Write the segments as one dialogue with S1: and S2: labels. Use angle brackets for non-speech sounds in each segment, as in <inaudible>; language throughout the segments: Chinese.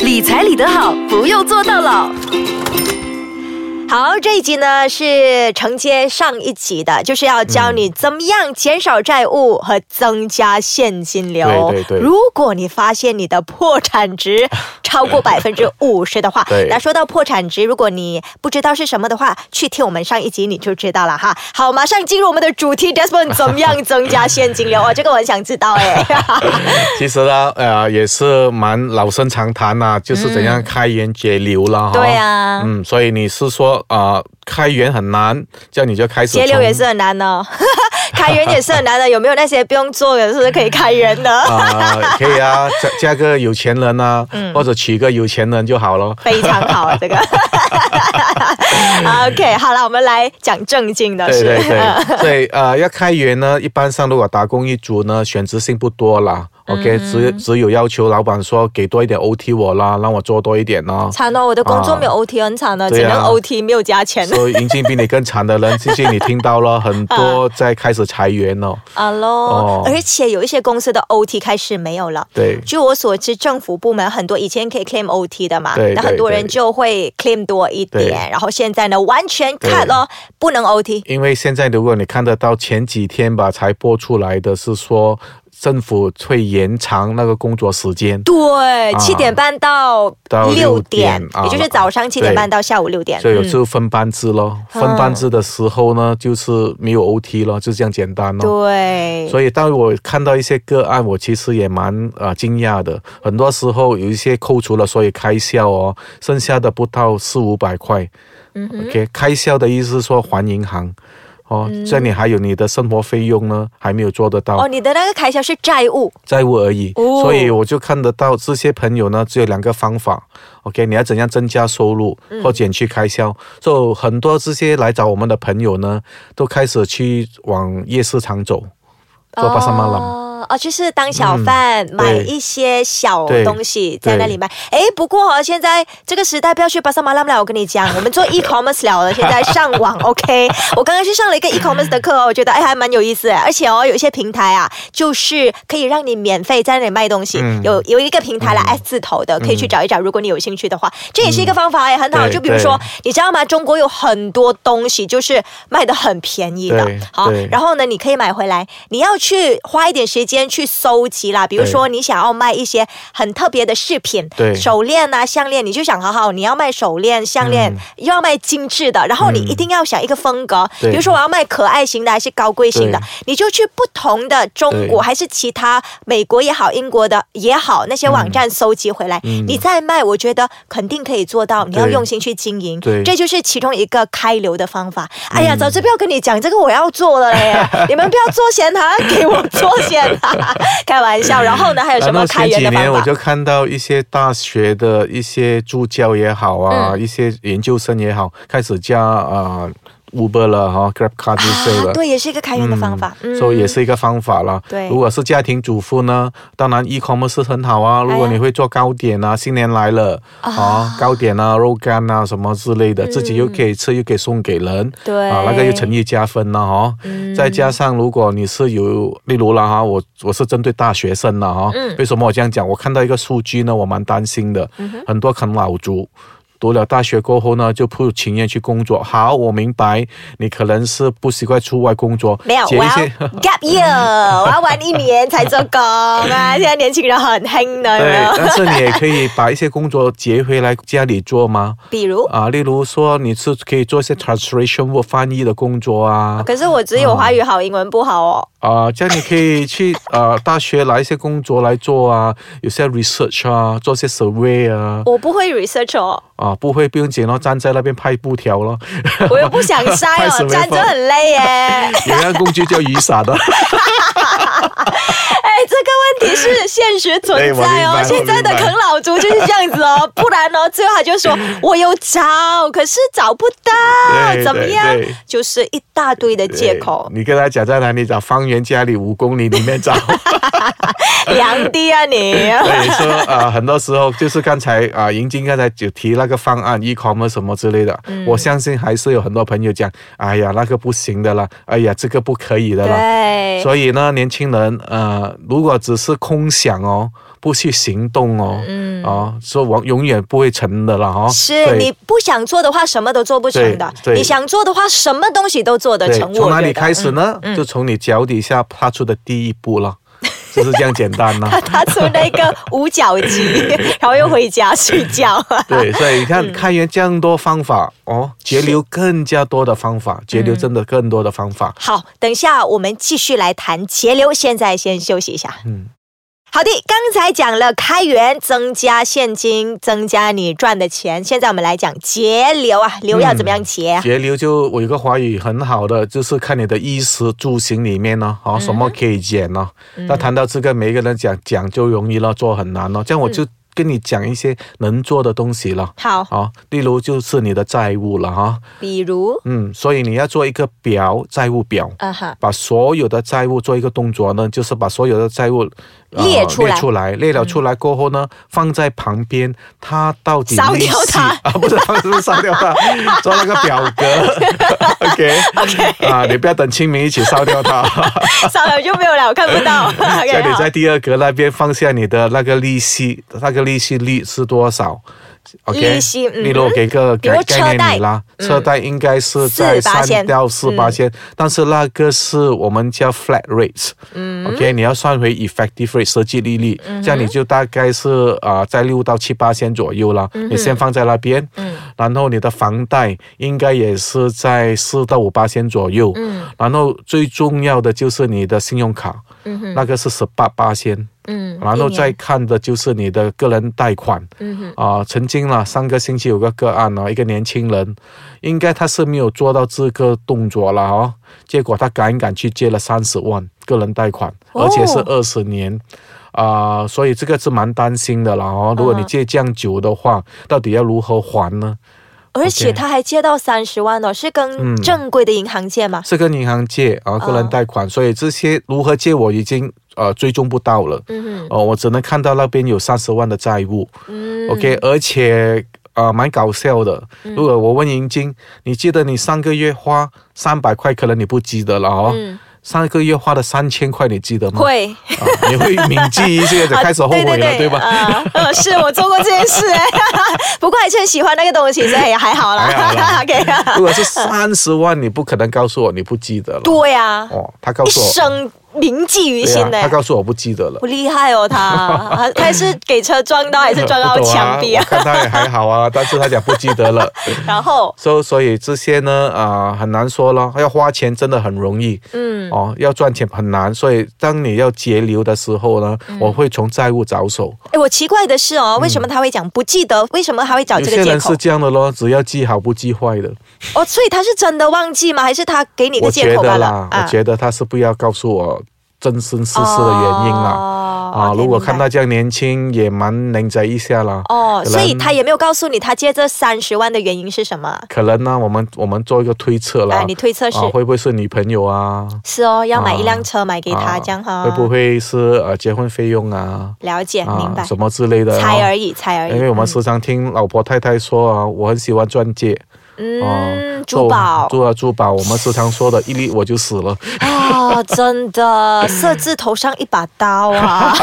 S1: 理财理得好，不用做到老。
S2: 好，这一集呢是承接上一集的，就是要教你
S3: 嗯
S2: 怎么样减少债务和增加现金流。
S3: 对对对
S2: 如果你发现你的破产值 <laughs> 超过百分之五十的话
S3: <laughs> 对，
S2: 那说到破产值，如果你不知道是什么的话，去听我们上一集你就知道了哈。好，马上进入我们的主题，Desmond 怎么样增加现金
S3: <laughs>
S2: 流？哦，这个我很想知道哎。
S3: 其实呢，呃，也是蛮老生常谈呐、就是怎样开源节流了哈。
S2: 对啊
S3: 嗯，所以你是说啊、呃开源很难，这样你就开始
S2: 节流
S3: 从
S2: 也是很难哦， <laughs> 开源也是很难的。有没有那些不用做的，是不是可以开源的？
S3: 啊、可以啊，嫁嫁个有钱人呐、
S2: 嗯
S3: 或者娶个有钱人就好了。
S2: 非常好啊，这
S3: <laughs>
S2: 个。OK，好了，我们来讲正经的
S3: 对
S2: 事。
S3: 对
S2: <laughs>
S3: 对，所以呃，要开源呢，一般上如果打工一族呢，选择性不多啦。OK，、只
S2: 嗯
S3: 只有要求老板说给多一点 OT 我啦，让我做多一点啦。
S2: 惨哦，我的工作没有 OT，、很惨的，
S3: 对
S2: 只
S3: 啊
S2: 能 OT 没有加钱。
S3: 所以银杏比你更惨的人，最近你听到了很多在开始裁员哦。
S2: 啊喽、
S3: 哦
S2: 而且有一些公司的 OT 开始没有了。
S3: 对
S2: 据我所知，政府部门很多以前可以 claim OT 的嘛，
S3: 对
S2: 那很
S3: 对
S2: 多人
S3: 对
S2: 就会 claim 多一
S3: 对
S2: 点，然后现在呢完全 cut
S3: 对
S2: 咯，不能 OT。
S3: 因为现在如果你看得到前几天吧，才播出来的是说政府会延长那个工作时间。
S2: 对，
S3: 啊
S2: 七点半到
S3: 到
S2: 六
S3: 六
S2: 点
S3: 点，啊
S2: 也就是早上七点半
S3: 对
S2: 到下午六点。
S3: 所以有
S2: 嗯
S3: 就分班制咯，分班制的时候呢，就是没有 OT 咯，就这样简单咯。
S2: 嗯对，
S3: 所以当我看到一些个案，我其实也蛮呃惊讶的。很多时候有一些扣除了所有开销哦，剩下的不到四五百块。嗯 OK，开销的意思是说还银行。哦，这里还有你的生活费用呢，还没有做得到
S2: 嗯哦，，你的那个开销是债务，
S3: 债务而已。
S2: 哦
S3: 所以我就看得到这些朋友呢，只有两个方法。OK，你要怎样增加收入
S2: 嗯
S3: 或减去开销？所以很多这些来找我们的朋友呢，都开始去往夜市场走，做巴沙马朗。嗯
S2: 哦哦，就是当小贩、买一些小东西
S3: 对
S2: 在那里卖。哎，不过哦，现在这个时代不要去巴沙马拉姆了，我跟你
S3: <laughs>
S2: 讲，我们做 e-commerce 了了，现在上网 OK。我刚刚去上了一个 e-commerce 的课哦，我觉得哎还蛮有意思的，而且哦有一些平台啊，就是可以让你免费在那里卖东西。
S3: 嗯
S2: 有有一个平台啦、S 字头的，可以去找一找，如果你有兴趣的话，这也是一个方法哎，很好。
S3: 嗯对
S2: 就比如说，你知道吗？中国有很多东西就是卖的很便宜的
S3: 对，
S2: 好，
S3: 对
S2: 然后。然后呢，你可以买回来，你要去花一点时间去搜集啦。比如
S3: 对
S2: 说，你想要卖一些很特别的饰品，
S3: 对
S2: 手链啊、项链，你就想好好，你要卖手链、项链，
S3: 嗯
S2: 又要卖精致的，然后你一定要想一个风格，
S3: 嗯对
S2: 比如说我要卖可爱型的还是高贵型的
S3: 对，
S2: 你就去不同的中国
S3: 对
S2: 还是其他美国也好、英国的也好
S3: 嗯
S2: 那些网站搜集回来，你再卖，我觉得肯定可以做到。你要
S3: 对
S2: 用心去经营，
S3: 对嗯
S2: 这就是其中一个开流的方法。哎呀，早知不要跟你讲这个，我要做了
S3: <laughs>
S2: 耶！你们不要做闲谈，给我做闲谈，开玩笑。然后呢，还有什
S3: 然
S2: 么
S3: 后
S2: 开
S3: 前
S2: 源
S3: 几
S2: 的
S3: 年我
S2: 方
S3: 就
S2: 法？
S3: 看到一些大学的一些助教也好啊，
S2: 嗯
S3: 一些研究生也好，开始加啊、呃、Uber 了哈、Grab Car 这些了。
S2: 啊对，也是一个开源的方法。嗯，
S3: 所以也是一个方法啦。
S2: 对
S3: 如果是家庭主妇呢，当然 e-commerce 很好
S2: 哎
S3: 啊。如果你会做糕点啊，新年来了啊，糕点啊、肉干啊什么之类的，自己又可以吃，又可以送给人，
S2: 嗯对
S3: 啊，那个又诚意加分了哈。
S2: 嗯
S3: 再加上如果你是有，例如啦哈，我我是针对大学生了哈。
S2: 嗯
S3: 为什么我这样讲？我看到一个数据呢，我蛮担心的，很多啃老族。读了大学过后呢，就不情愿去工作。好，我明白你可能是不习惯出外工作，
S2: 没有，
S3: 解
S2: 我
S3: 一
S2: 要
S3: 些
S2: gap year，我要玩一年才做工啊！现在年轻人很兴的，有没
S3: <laughs> 对，
S2: 有？
S3: 但是你也可以把一些工作接回来家里做吗？
S2: 比如，
S3: 啊，例如说你是可以做一些 translation 或翻译的工作啊，
S2: 可是我只有华语好，英文不好哦。
S3: 啊，这样你可以去呃大学拿一些工作来做啊，有些 research 啊，做些 survey 啊，
S2: 我不会 research 哦，
S3: 啊不会不用紧咯，站在那边拍布条咯， <laughs>
S2: 我又不想晒
S3: 拍什
S2: 哦，
S3: 么
S2: 站着很累耶。
S3: 有那个工具叫雨伞的。
S2: 哎，这个问题
S3: <laughs>
S2: 是现实存在
S3: 哎我明
S2: 哦。
S3: 白
S2: 现在的啃老族就是这样子哦，不然哦，最后他就说我有找，可是找不到，
S3: 对
S2: 怎么样
S3: 对对？
S2: 就是一大堆的 <laughs> 借口。
S3: 你跟他讲在哪里找，方圆家里五公里里面找。
S2: <laughs>
S3: <laughs>
S2: 良地啊你！
S3: 对，说啊、呃很多时候就是刚才啊、呃银晶刚才就提那个方案，e-commerce 什么之类的，
S2: 嗯
S3: 我相信还是有很多朋友讲，哎呀，那个不行的啦，哎呀，这个不可以的啦。
S2: 对，
S3: 所以呢，年轻人，呃，如果只是空想哦，不去行动哦，
S2: 嗯
S3: 啊，所以往永远不会成的啦哈、哦。
S2: 是
S3: 对
S2: 你不想做的话，什么都做不成的；
S3: 对对
S2: 你想做的话，什么东西都做得
S3: 对
S2: 成。
S3: 从
S2: 我
S3: 哪
S2: 觉
S3: 里
S2: 得
S3: 开始？呢？
S2: 嗯
S3: 就从你脚底下踏出的第一步
S2: <laughs>
S3: 了，就是这样简单啦、
S2: 他 <laughs> 他出那个五角
S3: <laughs>
S2: 鸡，然后又回家睡觉。
S3: 对，所以你
S2: 嗯
S3: 看，开源这样多方法哦，节流更加多的方法，节流真的更多的方法。
S2: 好，等一下我们继续来谈节流，现在先休息一下。
S3: 嗯，
S2: 好的，刚才讲了开源、增加现金、增加你赚的钱，现在我们来讲节流啊，流要怎么样节啊？
S3: 嗯 <laughs> 节流就我有个华语很好的，就是看你的衣食住行里面呢，哦，什么可以减呢、那谈到这个，每一个人讲讲就容易了，做很难了。这样我就跟你讲一些能做的东西了。
S2: 好，
S3: 啊，例如就是你的债务了哈，
S2: 比如，
S3: 嗯，所以你要做一个表，债务表，
S2: 啊哈，
S3: 把所有的债务做一个动作呢，就是把所有的债务、呃
S2: 列出来嗯
S3: 列出来，列了出来过后呢，放在旁边，它到底
S2: 烧
S3: 利息
S2: 掉它
S3: 啊？不是，不是烧
S2: <laughs>
S3: 掉它，做那个表格 <laughs> ，OK OK 啊，你不要等清明一起烧掉
S2: <laughs>
S3: 它。
S2: 上来就没有了，我看不到。
S3: <laughs> 叫
S2: OK，
S3: 你
S2: <laughs> 好
S3: 在第二格那边放下你的那个利息，那个利息率是多少？OK，
S2: 利息嗯
S3: 例如我给个
S2: 比如
S3: 概
S2: 车
S3: 概念
S2: 贷嗯
S3: 你啦，车贷应该是在
S2: 4%
S3: 三到四八千，嗯但是那个是我们叫 flat rate，嗯，OK，你要嗯算回 effective rate 实际利率，这样你就大概是啊、呃在六到七八千左右啦，你先放在那边，嗯，然后你的房贷应该也是在四到五八千左右，嗯，然后最重要的就是你的信用卡，那个是十八八仙。
S2: 嗯
S3: 然后
S2: 一年
S3: 再看的就是你的个人贷款，嗯啊、曾经啦，上个星期有个个案呢、一个年轻人，应该他是没有做到这个动作了哦，结果他敢敢去借了三十万个人贷款，
S2: 哦
S3: 而且是二十年，啊、所以这个是蛮担心的啦哦，如果你借这样久的话，到底要如何还呢？
S2: 而且
S3: OK
S2: 他还借到三十万哦，是跟
S3: 嗯
S2: 正规的银行借吗？
S3: 是跟银行借啊，个人贷款，所以这些如何借我已经呃追踪不到了。
S2: 嗯
S3: 哦，我只能看到那边有三十万的债务。
S2: 嗯
S3: OK，而且呃蛮搞笑的。如果我问银晶，你记得你上个月花三百块，可能你不记得了哦。
S2: 嗯
S3: 上个月花的三千块，你记得吗？
S2: 会，
S3: 啊，你会铭记一些，就开始后悔
S2: <laughs>
S3: 了，
S2: 对对
S3: 吧？
S2: 啊呃
S3: <laughs>
S2: 是我做过这件事哎， <laughs> 不过还是很喜欢那个东西，所以也还好啦。
S3: 还好啦
S2: OK，
S3: 如果是三十万，你不可能告诉我你不记得了。
S2: <laughs> 对呀，
S3: 哦，他告
S2: 一
S3: 诉我，
S2: 生铭记于
S3: 对
S2: 心
S3: 啊，
S2: 呢
S3: 他。告诉我不记得了。
S2: 不厉害哦，
S3: <laughs>
S2: 他他是给车撞到还是撞到
S3: 不懂
S2: 墙壁啊
S3: 我？看他也还好啊，但是他讲不啊记
S2: <laughs>
S3: 得了。
S2: 然后
S3: 所、所以这些呢，啊、很难说咯，要花钱真的很容易，嗯，哦，要赚钱很难。所以当你要节流的时候呢，
S2: 嗯
S3: 我会从债务着手。
S2: 哎，我奇怪的是哦，为什么他会讲不记得？为什么他会找
S3: 嗯有
S2: 这
S3: 些
S2: 个借
S3: 人
S2: 口
S3: 是？这样的咯，只要记好不记坏的。
S2: 哦，所以他是真的忘记吗？还是他给你一
S3: 我
S2: 个
S3: 觉
S2: 借口罢
S3: 得
S2: 了？啊
S3: 啦，我觉得他是不要告诉我真心实事的原因啦。
S2: 哦
S3: 啊，
S2: OK，
S3: 如果
S2: 明白
S3: 看到这样年轻，也蛮能宅一下啦。
S2: 哦，
S3: 可
S2: 所以
S3: 能
S2: 他也没有告诉你他借这三十万的原因是什么啊？
S3: 可能呢，我们我们做一个推测啦。
S2: 啊你推测是
S3: 啊，会不会是女朋友啊？
S2: 是哦，要买一辆
S3: 啊
S2: 车买给他
S3: 啊
S2: 这样哈，
S3: 会不会是呃结婚费用啊？
S2: 了解
S3: 啊，
S2: 明白？
S3: 什么之类的？
S2: 猜而
S3: 已。
S2: 已，猜而已。
S3: 因为我们时常听老婆太太说啊，我很喜欢钻戒，
S2: 嗯，
S3: 做
S2: 珠宝
S3: 做啊珠宝，我们时常说的，一粒我就死了。
S2: 啊，真的，设置头上一把刀
S3: <laughs>
S2: 啊，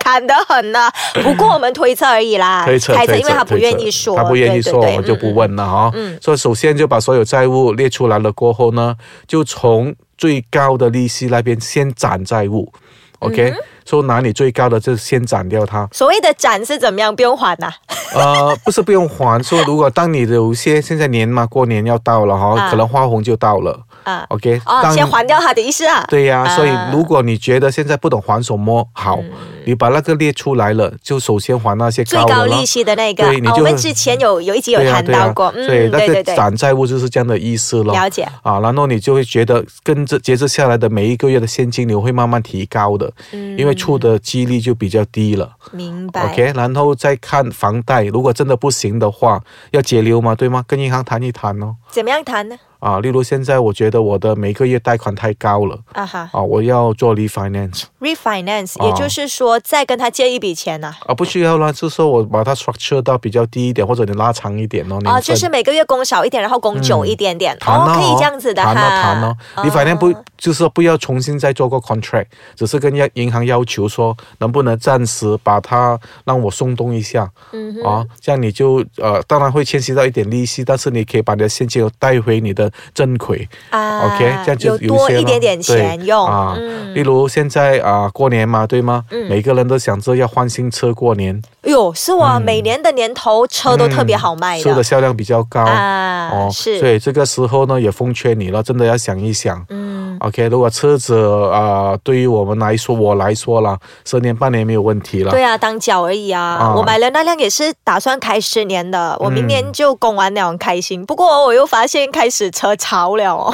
S2: 砍得很呐、不过我们推测而已啦，
S3: 推测
S2: 啊猜测，
S3: 推
S2: 因
S3: 测，
S2: 为他不
S3: 推测
S2: 愿意说，
S3: 他不愿意
S2: 对
S3: 说，
S2: 对对
S3: 我就
S2: 嗯
S3: 不问了哈。所以首先就把所有债务列出来了，过后呢，就从最高的利息那边先斩债务，OK，说
S2: 嗯
S3: 拿你最高的就先斩掉它。
S2: 所谓的斩是怎么样，不用还呐、啊
S3: 呃，不是不用还，说如果当你有一些现在年嘛，过年要到了哈，
S2: 啊
S3: 可能花红就到了
S2: 啊。
S3: ，OK，
S2: 哦，
S3: 当
S2: 先还掉他的意思啊。
S3: 对呀、
S2: 啊嗯
S3: 所以如果你觉得现在不懂还什么好，你把那个列出来了，就首先还那些
S2: 最
S3: 的
S2: 高
S3: 咯
S2: 利息的那个，
S3: 对你
S2: 哦、
S3: 就
S2: 我们之前有有一集有
S3: 对呀啊
S2: 谈
S3: 对呀
S2: 到过，
S3: 所以
S2: 嗯，
S3: 那
S2: 对对
S3: 个
S2: 对，
S3: 攒债务就是这样的意思咯。
S2: 了解。
S3: 啊，然后你就会觉得跟着接着下来的每一个月的现金流会慢慢提高的，
S2: 嗯
S3: 因为出的几率就比较低了。
S2: 明白。
S3: OK，然后再看房贷，如果真的不行的话，要节流嘛，对吗？跟银行谈一谈哦。
S2: 怎么样谈呢？
S3: 啊，例如现在我觉得我的每个月贷款太高了
S2: 啊哈
S3: 啊，我要做 refinance
S2: ，refinance，、
S3: 啊
S2: 也就是说再跟他借一笔钱呐、
S3: 啊，不需要啦，就是说我把它 structure 到比较低一点，或者你拉长一点哦，
S2: 啊，
S3: 年
S2: 就
S3: 份
S2: 是每个月供少一点，然后供久一点点，
S3: 谈
S2: 哦，
S3: 哦
S2: 可以这样子的哈。
S3: 谈哦谈哦，你反正不
S2: 哦
S3: 就是说不要重新再做个 contract，只是跟要银行要求说能不能暂时把它让我松动一下，嗯啊，这样你就呃当然会牵涉到一点利息，但是你可以把你的现金流带回你的正轨、
S2: 啊
S3: o k 这样就
S2: 有
S3: 有
S2: 多
S3: 些
S2: 一
S3: 咯
S2: 点点
S3: 对
S2: 钱用，
S3: 啊。
S2: 嗯，
S3: 例如现在啊、过年嘛，对吗？每个人都想着要换新车过年，
S2: 哎呦，是我、每年的年头车都特别好卖的，
S3: 车嗯的销量比较高。哦
S2: 啊，是，
S3: 所以这个时候呢，也奉劝你了，真的要想一想。
S2: 嗯
S3: OK，如果车子啊、呃对于我们来说，我来说啦，十年半年没有问题了。
S2: 对啊，当脚而已啊。
S3: 啊嗯
S2: 我买了那辆也是打算开十年的，我明年就供完了，很开心。不过我又发现开始车潮
S3: <laughs>
S2: 了、哦，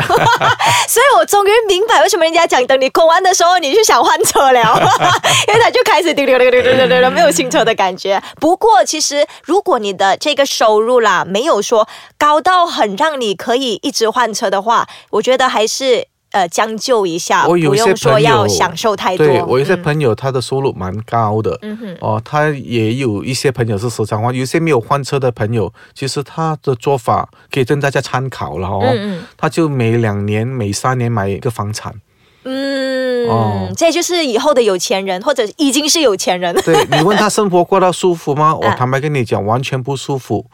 S2: 所以我终于明白为什么人家讲等你供完的时候，你就想换车
S3: <laughs>
S2: 了，因为它就开始丢丢丢丢丢丢丢，没有新车的感觉。不过其实如果你的这个收入啦，没有说高到很让你可以一直换车的话，我觉得还是。呃，将就一下，
S3: 我有
S2: 不
S3: 一些
S2: 用说
S3: 朋
S2: 要
S3: 友
S2: 享受太多。
S3: 对我有一些
S2: 嗯
S3: 朋友，他的收入蛮高的，
S2: 嗯哼
S3: 哦，他也有一些朋友是时常换，有一些没有换车的朋友，其实他的做法可以跟大家参考了哦。
S2: 嗯嗯
S3: 他就每两年、每三年买一个房产。
S2: 嗯，
S3: 哦
S2: 这就是以后的有钱人，或者已经是有钱
S3: <laughs>
S2: 人。
S3: 对你问他生活过得舒服吗？我
S2: <laughs> 啊
S3: 坦白跟你讲，完全不舒服。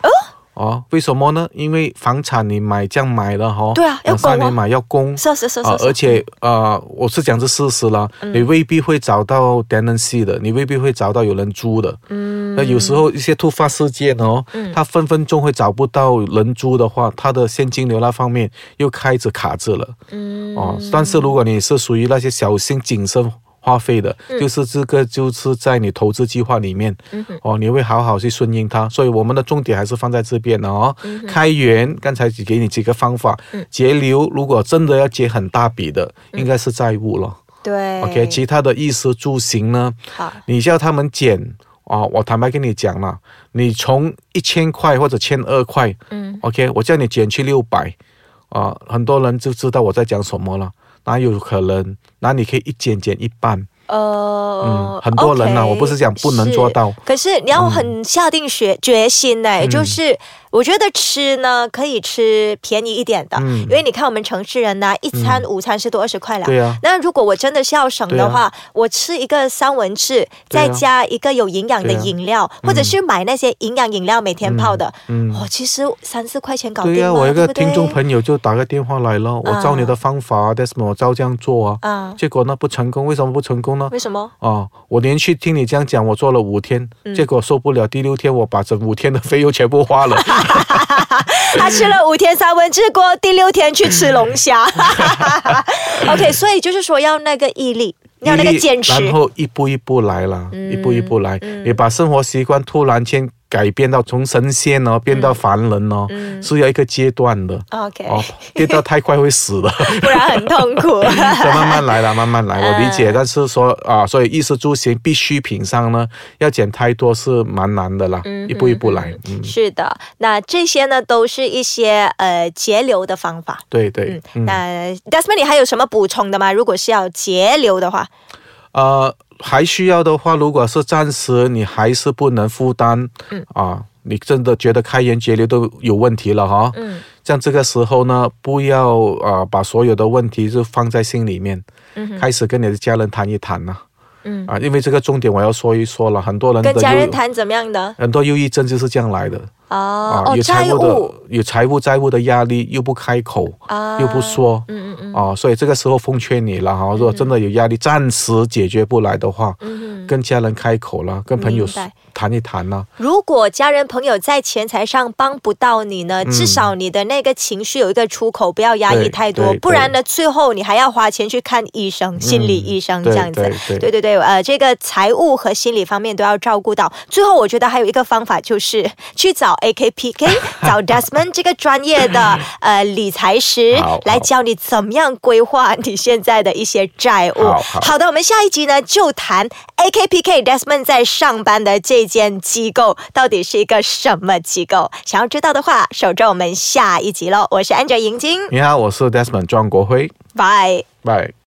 S3: 哦，为什么呢？因为房产你买这样买了哈，
S2: 对啊要
S3: 两三
S2: 供啊
S3: 年买要供，
S2: 是啊是啊是啊
S3: 啊，
S2: 是啊嗯
S3: 而且呃，我是讲这事实啦，你未必会找到 tenancy 的，你未必会找到有人租的。嗯，那有时候一些突发事件哦，
S2: 嗯
S3: 他分分钟会找不到人租的话，他的现金流那方面又开始卡住了。嗯，哦，但是如果你是属于那些小心谨慎。花费的，就是这个，就是在你投资计划里面，哦，你会好好去顺应它。所以我们的重点还是放在这边的哦。开源，刚才只给你几个方法，节流，如果真的要节很大笔的，应该是债务了。
S2: 对
S3: OK，其他的衣食住行呢，
S2: 好，
S3: 你叫他们减。哦，我坦白跟你讲了，你从一千块或者千二块，
S2: 嗯
S3: ，OK，我叫你减去六百，啊，很多人就知道我在讲什么了，哪有可能？哪里可以一减减一半？
S2: 呃
S3: 嗯，很多人啊
S2: OK，
S3: 我不是讲不能做到嗯
S2: 是可是你要很下定决、决心呢、就是我觉得吃呢可以吃便宜一点的，
S3: 嗯
S2: 因为你看我们城市人呐、一餐、午餐是多二十块了。
S3: 对啊
S2: 那如果我真的是要省的话，我吃一个三文治，
S3: 对
S2: 再
S3: 啊
S2: 加一个有营养的
S3: 对啊
S2: 饮料，或者是买那些营养饮料每天泡的，
S3: 嗯
S2: 哇，其实三四块钱搞定
S3: 对呀、啊
S2: 了，
S3: 我有一个
S2: 对不对
S3: 听众朋友就打个电话来了，我照你的方法 t h a s 我照这样做啊，
S2: 啊，
S3: 结果呢不成功，为什么不成功呢？
S2: 为什
S3: <laughs>
S2: 么？
S3: 哦，我连续听你这样讲，我做了五天，
S2: 嗯
S3: 结果受不了，第六天我把整五天的费用全部花了。
S2: 他吃了五天三文治锅，第六天去吃龙虾。OK，所以就是说要那个毅力，要那个坚持。嗯
S3: 然后一步一步来啦，一步一步来。你把生活习惯突然间改变到从神仙
S2: 嗯
S3: 哦变到凡人哦，是要一个阶段的。
S2: OK，、
S3: 哦，变到太快会死
S2: <laughs>
S3: 的，
S2: 不然很痛
S3: <laughs>
S2: 苦。
S3: 所以慢慢来啦，慢慢来，
S2: 嗯
S3: 我理解。但是说啊，所以衣食住行必需品上呢，要减太多是蛮难的啦，一步一步来。嗯，
S2: <laughs> 是的，那这些呢都是一些呃节流的方法。
S3: 对对，嗯。
S2: 那 Desmond，你还有什么补充的吗？如果是要节流的话，
S3: 呃，还需要的话，如果是暂时你还是不能负担，嗯啊，你真的觉得开源节流都有问题了哈，嗯，像这个时候呢，不要啊、呃把所有的问题就放在心里面，嗯，开始跟你的家人谈一谈呐、
S2: 嗯
S3: 啊，因为这个重点我要说一说了，很多人的
S2: 跟家人
S3: 忧
S2: 谈怎么样的？
S3: 很多忧郁症就是这样来的
S2: 哦
S3: 啊，
S2: 哦，
S3: 有财
S2: 债
S3: 务的
S2: 务
S3: 有财务债务的压力，又不开口，
S2: 啊
S3: 又不说，
S2: 嗯嗯嗯，嗯
S3: 啊，所以这个时候奉劝你了哈，如果真的有压力，暂时解决不来的话，跟家人开口啦，跟朋友
S2: 嗯明白
S3: 谈一谈啦。
S2: 如果家人朋友在钱财上帮不到你呢，至少你的那个情绪有一个出口，不要压抑
S3: 嗯对
S2: 太多
S3: 对，
S2: 不然呢，最后你还要花钱去看医生、心理医生这样子。
S3: 嗯对对
S2: 对对对，呃，这个财务和心理方面都要照顾到。最后，我觉得还有一个方法就是去找
S3: <laughs>
S2: AKPK，找 Desmond 这个专业的呃理财师
S3: 好好
S2: 来教你怎么样规划你现在的一些债务。
S3: 好好
S2: 的，我们下一集呢就谈 AKPK Desmond 在上班的这间机构到底是一个什么机构。想要知道的话，守着我们下一集喽。我是 Angel 银晶，
S3: 你好，我是 Desmond 庄国辉，
S2: 拜。
S3: 拜。